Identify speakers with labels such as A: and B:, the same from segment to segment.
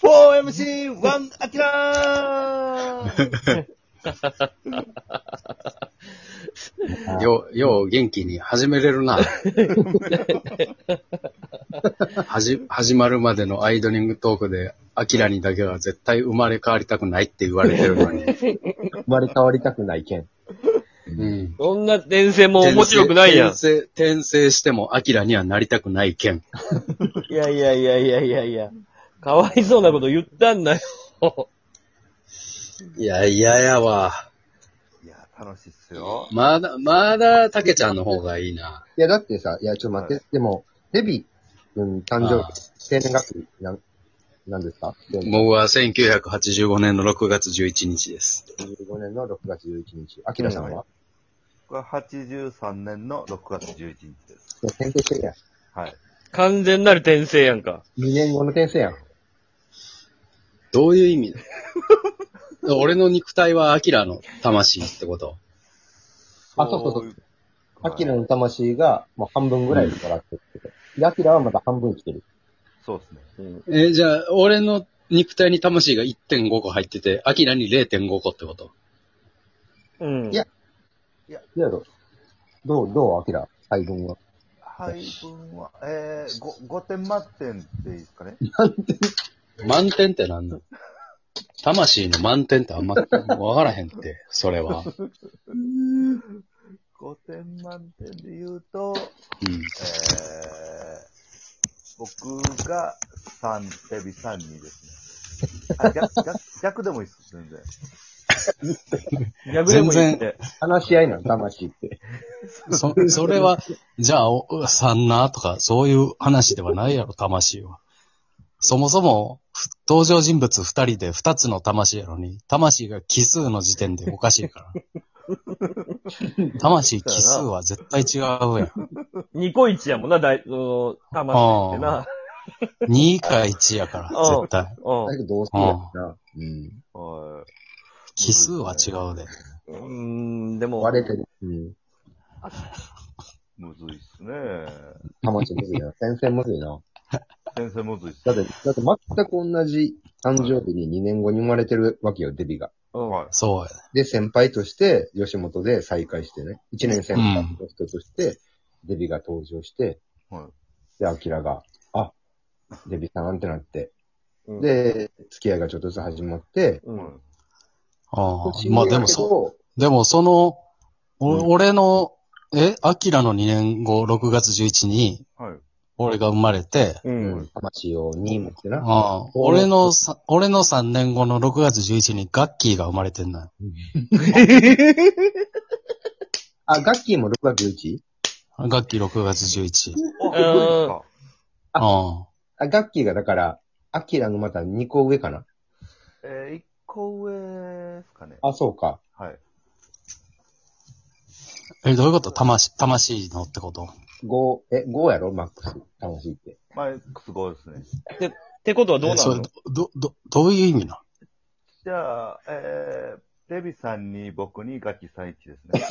A: 4MC1 アキラー
B: よう、よう元気に始めれる な。はじ、始まるまでのアイドリングトークで、アキラにだけは絶対生まれ変わりたくないって言われてるの に。
C: 生まれ変わりたくないけん。
B: うん。
D: そんな転生も面白くないやん。
B: 転生、転生してもアキラにはなりたくないけん。
D: いやいやいやいやいやいや。かわいそうなこと言ったんだよ。
B: いや、いややわ。
A: いや、楽しいっすよ。
B: まだ、まだ、たけちゃんの方がいいな。
C: いや、だってさ、いや、ちょっと待って、でも、デビ君誕生
B: ああ
C: 日、生年月日、なん、なんですか ?15
B: 僕は1985年の6月11日です。
C: 年の6月11日。アキラさんは、
A: 僕は83年の6月11日です。
C: いや転生してるやん。
A: はい。
D: 完全なる転生やんか。
C: 2年後の転生やん。
B: どういう意味俺の肉体はアキラの魂ってこと
C: あそうそうそう
A: い。
C: アキラ
A: はい
C: の魂が、もう半分ぐらいもらってきてる。で、アキラはまだ半分来てる。
A: そうですね。
B: えーじゃあ、俺の肉体に魂が1.5個入ってて、アキラに0.5個ってこと
D: うん。
C: いやいやろ。どう、どう、アキラ配分は。
A: 配分は、えー、5, 5点満点でいいですかね。
B: 満点ってなんだ魂の満点ってあんまわからへんって、それは。
A: 5点満点で言う
B: う
A: と、
B: ん。
A: えー、僕が3、デビ3、2ですね。あ、逆、逆逆でもいいっす、全然。
D: 逆でもいいって。
C: 話し合いなの、魂って。
B: そ、それは、じゃあ、おサンナーとか、そういう話ではないやろ、魂は。そもそも、ふ登場人物二人で二つの魂やのに、魂が奇数の時点でおかしいから。魂奇数は絶対違うやん。
D: ニコイチやもんな、大、その、魂ってな。
B: 2か1やから、
D: うん
B: 絶対。
D: うん
C: だけど、どうするやつな。うん。
A: は
B: 奇数は違うで。
D: うーん、でも、
C: 割れてる。うん。
A: い。むずいっすね。
C: 魂むずいな。先生むずいな。
A: 先生むずいっす。
C: だって、だって全く同じ誕生日に2年後に生まれてるわけよ、デビが。
A: はい。
B: そうや。
C: で、先輩として、吉本で再会してね。1年先輩の人として、デビが登場して、
A: はい
C: で、アキラが、あ、デビさんってなって、
D: うん、
C: で、付き合いがちょっとずつ始まって、
D: うん、
B: ああまあでもそ、
C: そ
B: でもその、お
C: うん
B: 俺の、え、アキラの2年後、6月11に、
A: はい。
B: 俺が生まれて、
D: う。
C: う、うんん、魂を2持ってな。
B: ああ俺のさ、俺の3年後の6月11にガッキーが生まれてんな。
C: あ、ガッキーも6月 11?
B: ガッキー6月11。
A: あ、そうか。
B: あ
C: あ、ガッキーがだから、アキラのまた2個上かな
A: えー、一個上ですかね。
C: あ、そうか。
A: はい。
B: あえ、どういうこと魂、魂のってこと
C: 5、え、5やろマックス。魂って。
A: まあ、クス5ですね。
D: ってことはどう
B: え
D: な
B: そ
D: の
B: れど、ど、どういう意味な
A: じゃあ、えー、デビさんに僕にガキさん一ですね。
B: の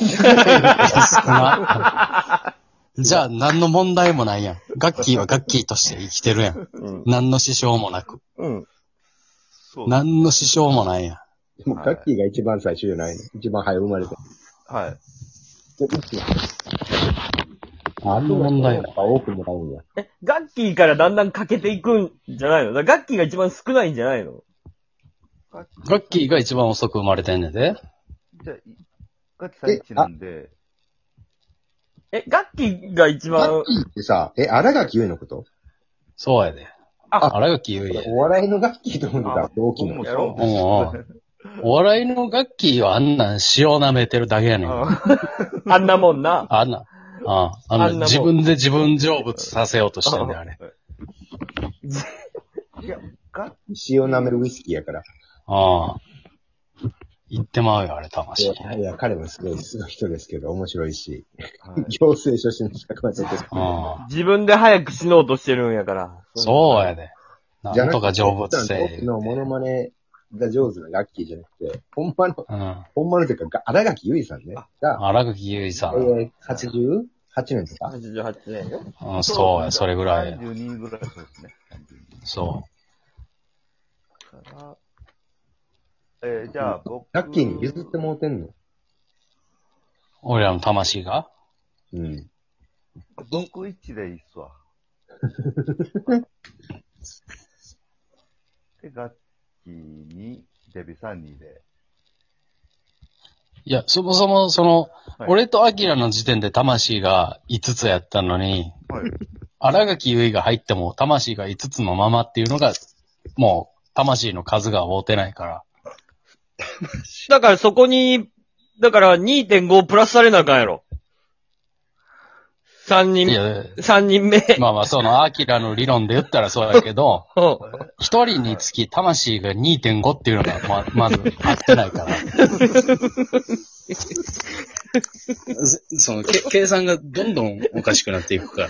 B: じゃあ、何の問題もないやん。ガッキーはガッキーとして生きてるやん。
D: うん。
B: 何の支障もなく。
D: うん。
A: そう。
B: 何の支障もないやん。
C: でも、ガッキーが一番最初じゃないの。一番早生まれた。
A: はい。
C: で、うちは
B: あんな問題
C: や
B: だ
C: っ。ぱ多くもらうんや。
D: え、ガッキーからだんだん欠けていくんじゃないのだからガッキーが一番少ないんじゃないの
A: ガキ
B: ガッキーが一番遅く生まれてんねんで。
A: じゃあ、いガキさん一なんで、
D: え、ガッキーが一
C: ガ
D: 番
C: ッ、キーってさ、え、荒垣結衣のこと
B: そうやで。
D: あ
B: あ、荒垣結衣
C: お笑いのガッキーと思って
A: あ
C: た。同期
A: 僕も
C: の。
A: や
B: や。
A: ろ
B: おうおうお笑いのガッキーはあんなん塩舐めてるだけやねん。あ
A: あ
D: あんなもんな。
B: んな、ああ
D: あんなも
B: の
D: ん
B: 自分で自分成仏させようとしてんねん、あれ。
A: いや、ガ
C: 塩舐めるウイスキーやから。
B: ああ。言ってまうよ、あれ、
C: い
B: 魂。
C: や、いや彼もすごい、すごい人ですけど、面白いし。
A: はい。
C: 行政書士の資格はちょっと。
B: ああ。
D: 自分で早く死のうとしてるんやから。
B: そうやで。なんとか成仏せ
C: じゃなくて奥さんと奥のモノマネが上手なガッキーじゃなくて、ほんまの、
B: うん。
C: ほんまのというか、荒垣結衣さんね。が、
B: 荒垣結衣さん。
C: えー、88年とか
D: 88年よ。
B: うん、そうや、それぐらいや。
A: 32ぐらいそうですね。
B: そ
D: あ
A: えーじゃあ僕。
C: ラッキーに譲ってもうてんの
B: 俺らの魂が
C: うん。
A: 僕一でいいっすわ。で、ガッキーに、デビさんにで。
B: いや、そもそも、その、
A: はい
B: 俺とアキラの時点で魂が5つやったのに、
A: はい。
B: 荒垣結衣が入っても魂が5つのままっていうのが、もう、魂の数が合うてないから。
D: だからそこに、だから2.5プラスされなあかんやろ。3人
B: い
D: 目、
B: や、
D: 3人目。
B: まあまあ、その、アキラの理論で言ったらそうやけど、一人につき魂が2.5っていうのが、ま、まず合ってないから。 その、計算がどんどんおかしくなっていくから。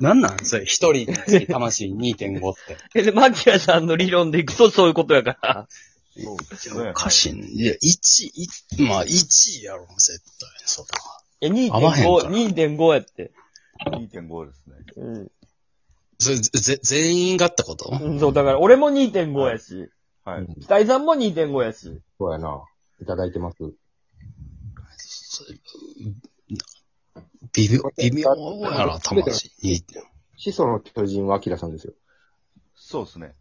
B: なんなんそれ、一人につき魂2.5って。
D: えで、マキラさんの理論でいくと そういうことやから。
A: そうです
B: お
A: ね。
B: かしい、ね。いや、1、まあ、1やろ、絶対。それは。
D: え、
B: 合わへんか
D: 2.5、2.5
B: ら
D: やって。
A: 2.5ですね。
D: うん。
B: それ、ぜ、全員がってこと
D: うんそう、だから俺も2.5やし、
A: はい。
D: 北井さんも2.5やし。
C: そうやな。いただいてます。
B: 微妙、微妙やな、魂。2.5
C: 始祖の巨人はアキラさんですよ。
A: そうですね。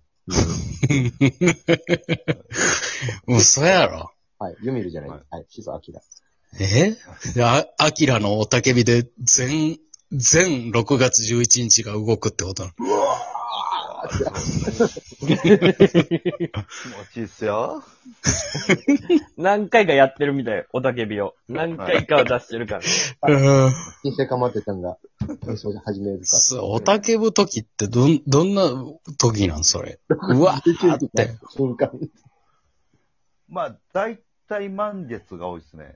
B: 嘘やろ。
C: はい。ユミルじゃないです。はい。始祖アキラ。
B: えであ、アキラのおたけびで全、全6月11日が動くってことなの
A: 気持ちいいっすよ。
D: 何回かやってるみたい、おたけびを。何回かは出してるから。
B: うん。
C: 金星かまってたんが、検証で始めるか。
B: そう、おたけぶ時ってどん、どんな時なんそれ。うわーって。
C: 瞬間。
A: まあ、だいたい満月が多いですね。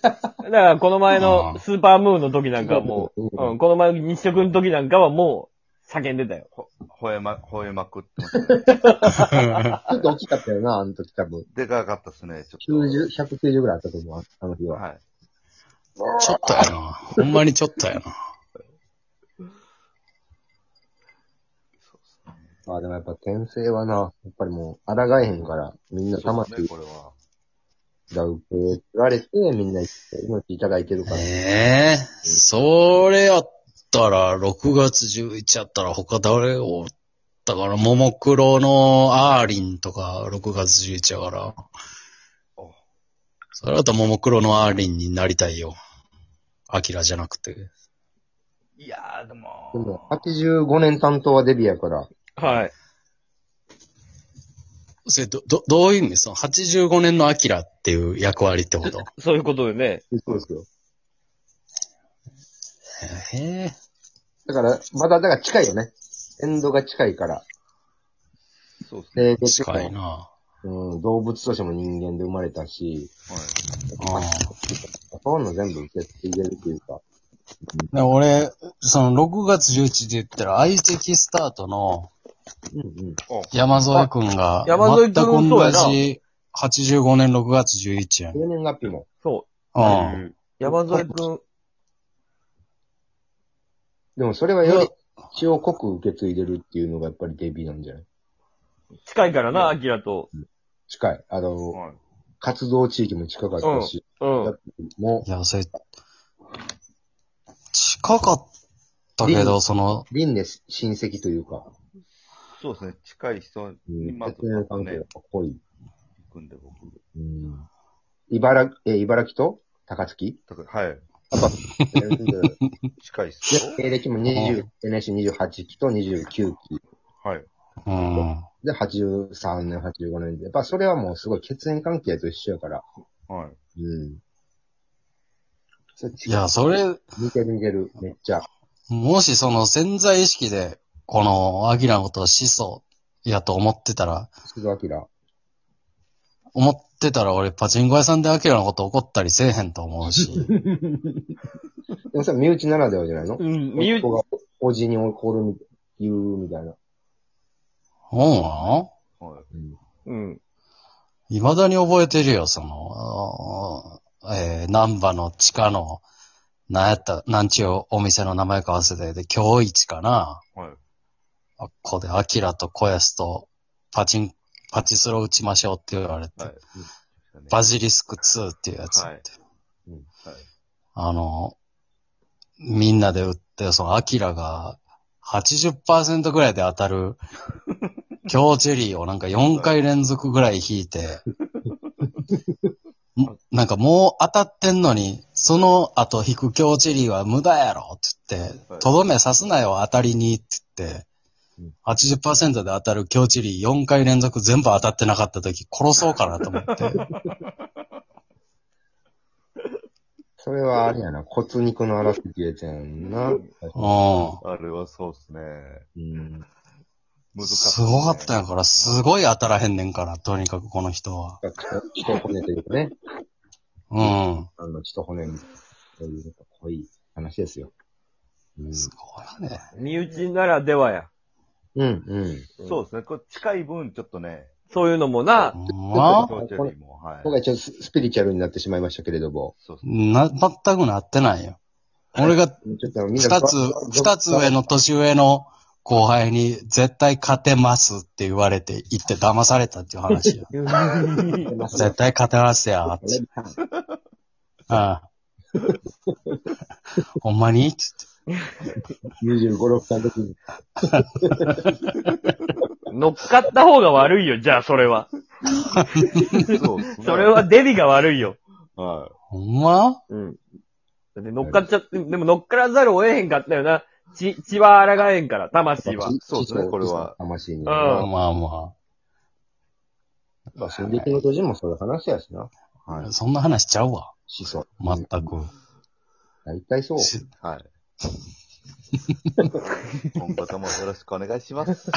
D: だから、この前
B: あ
D: の
B: ー
D: スーパームーンの時なんかはもう、
C: うん
D: うん、この前の日食の時なんかはもう、叫んでたよ。
A: ほ、吠えま、吠えまくってましたね。
C: ちょっと大きかったよな、あの時多分。
A: でかかったですね、ちょっ
C: 90、190ぐらいあったと思う、あの日
A: と。
C: は。
A: はい。
B: ちょっとやな。ほんまにちょっとやな。
C: まあでもやっぱ転生はな、やっぱりもう、抗えへんから、みんな
A: そうですね、
C: 魂
A: これは。
C: が受け継がれて、みんな命いただいてるから。
B: ええそれやったら、6月11やったら他誰おったから、ももクロのアーリンとか6月11やから
A: お。
B: それだったらももクロのアーリンになりたいよ。アキラじゃなくて。
A: いやー、でも。
C: でも、85年担当はデビやから、
D: はい。
B: それど、ど、どういう意味その85年のアキラっていう役割ってこと
D: そういうことでね。
C: そうですよ。
B: ええ
C: だから、まだ、だから近いよね。エンドが近いから。
A: そうですね。
C: 生物
B: 近いな。
C: うん、動物としても人間で生まれたし、
A: はい。
B: ああ
C: そういうの全部受け継いでるっていうか。
B: で俺、その6月11日で言ったら、相席スタートの
C: うんうん。
B: 山添くんが、
D: あ山添
B: 全
D: く
B: く
D: んそうや
B: 同
D: な
B: じ85年6月11日やん。
C: 生年月日も。
D: そうう。
B: ん。
D: 山添くん、
C: でもそれはより血を濃く受け継いでるっていうのがやっぱりデビなんじゃない
D: 近いからな、アキラと。
C: 近い。あの、
A: はい。
C: 活動地域も近かったし、
D: うん。
C: も
B: いや、それ、近かったけど、その、
C: う、輪廻親戚というか、
A: そうですね、近い人
C: う
A: に
C: ん、
A: まず
C: 血縁関係
A: ね
C: が濃い。
A: 行くんで、僕。
C: うん。茨、え、茨城と高 槻
A: だからはい。
C: 全部
A: 近いっす
C: で
A: よ。
C: 経歴も20、NSC28 期と29期。
A: はい。
B: うん。
C: で、83年、85年で。やっぱそれはもうすごい血縁関係と一緒やから。
A: はい。
C: うん。そっち
B: いや、それ、
C: 似てる似てる。めっちゃ。
B: もしその潜在意識で、この、アキラのことを始祖やと思ってたら、
C: 鈴木明。
B: 思ってたら俺、パチンコ屋さんでアキラのこと怒ったりせえへんと思うし。
C: でもさ、身内ならではじゃないの
D: うん、身内
C: 子、がおじに怒るみ、言うみたいな。
B: うんわ
A: はい。
D: うん。
B: 未だに覚えてるよ、その、あーえー、南波の地下の、なんやった、なんちゅうお店の名前か忘れて、で、京一かな。
A: はい。
B: あっこで、アキラと小安と、パチンパチスロ打ちましょうって言われて、
A: はい
B: バジリスク2っていうやつって、
D: はい
A: はい
B: あの、みんなで打って、そのアキラが80%ぐらいで当た る、強チェリーをなんか4回連続ぐらい引いて、 もなんかもう当たってんのに、その後引く強チェリーは無駄やろって言って
A: は、い
B: とどめ刺すなよ当たりにって言って、80%で当たる強チェリー4回連続全部当たってなかった時殺そうかなと思 って。
C: それはあれやな、骨肉の争いやつやんな。
B: うん。
A: あれはそうっすね。
C: うん。
A: 難しい、
B: すごかったんやから、すごい当たらへんねんから、とにかくこの人は。
C: 血と骨というかね、
B: うん。
C: あの、血と骨みたいな、いう濃い話ですよ。うん、
B: すごいね。
D: 身内ならではや。
C: うん、うん。
A: そうですね。これ近い分、ちょっとね、
D: そういうのもな、
B: ほんま
A: 強調よりも、はい。
C: 今回ちょっとススピリチュアルになってしまいましたけれども、
A: そう っすね。
B: な、全くなってないよ。俺が
C: ちょっとみんな。
B: 二つ、二つ上の年上の後輩に絶対勝てますって言われて行って騙されたっていう話よ
C: 絶
B: 絶対勝てますや、って。 ああ。ほんまにつって
C: 25、6歳の時に。
D: 乗っかった方が悪いよ、じゃあそれは。
A: そうっすね
D: それは、デビが悪いよ。
A: は
B: ほんま
D: うん。だって乗っかっちゃって、でも乗っからざるを得へんかったよな。血、血は抗えんから、魂は。
A: そうですねこれは
C: 魂に。
D: ん
B: ま
C: ま
B: あまあま
C: あ、進撃の巨人もそういう話やしな。
A: い。は
B: あ。そんな話ちゃうわ。
C: 思想。
B: 全く。
C: 大体そう。
B: し
A: い。 はい。今後ともよろしくお願いします。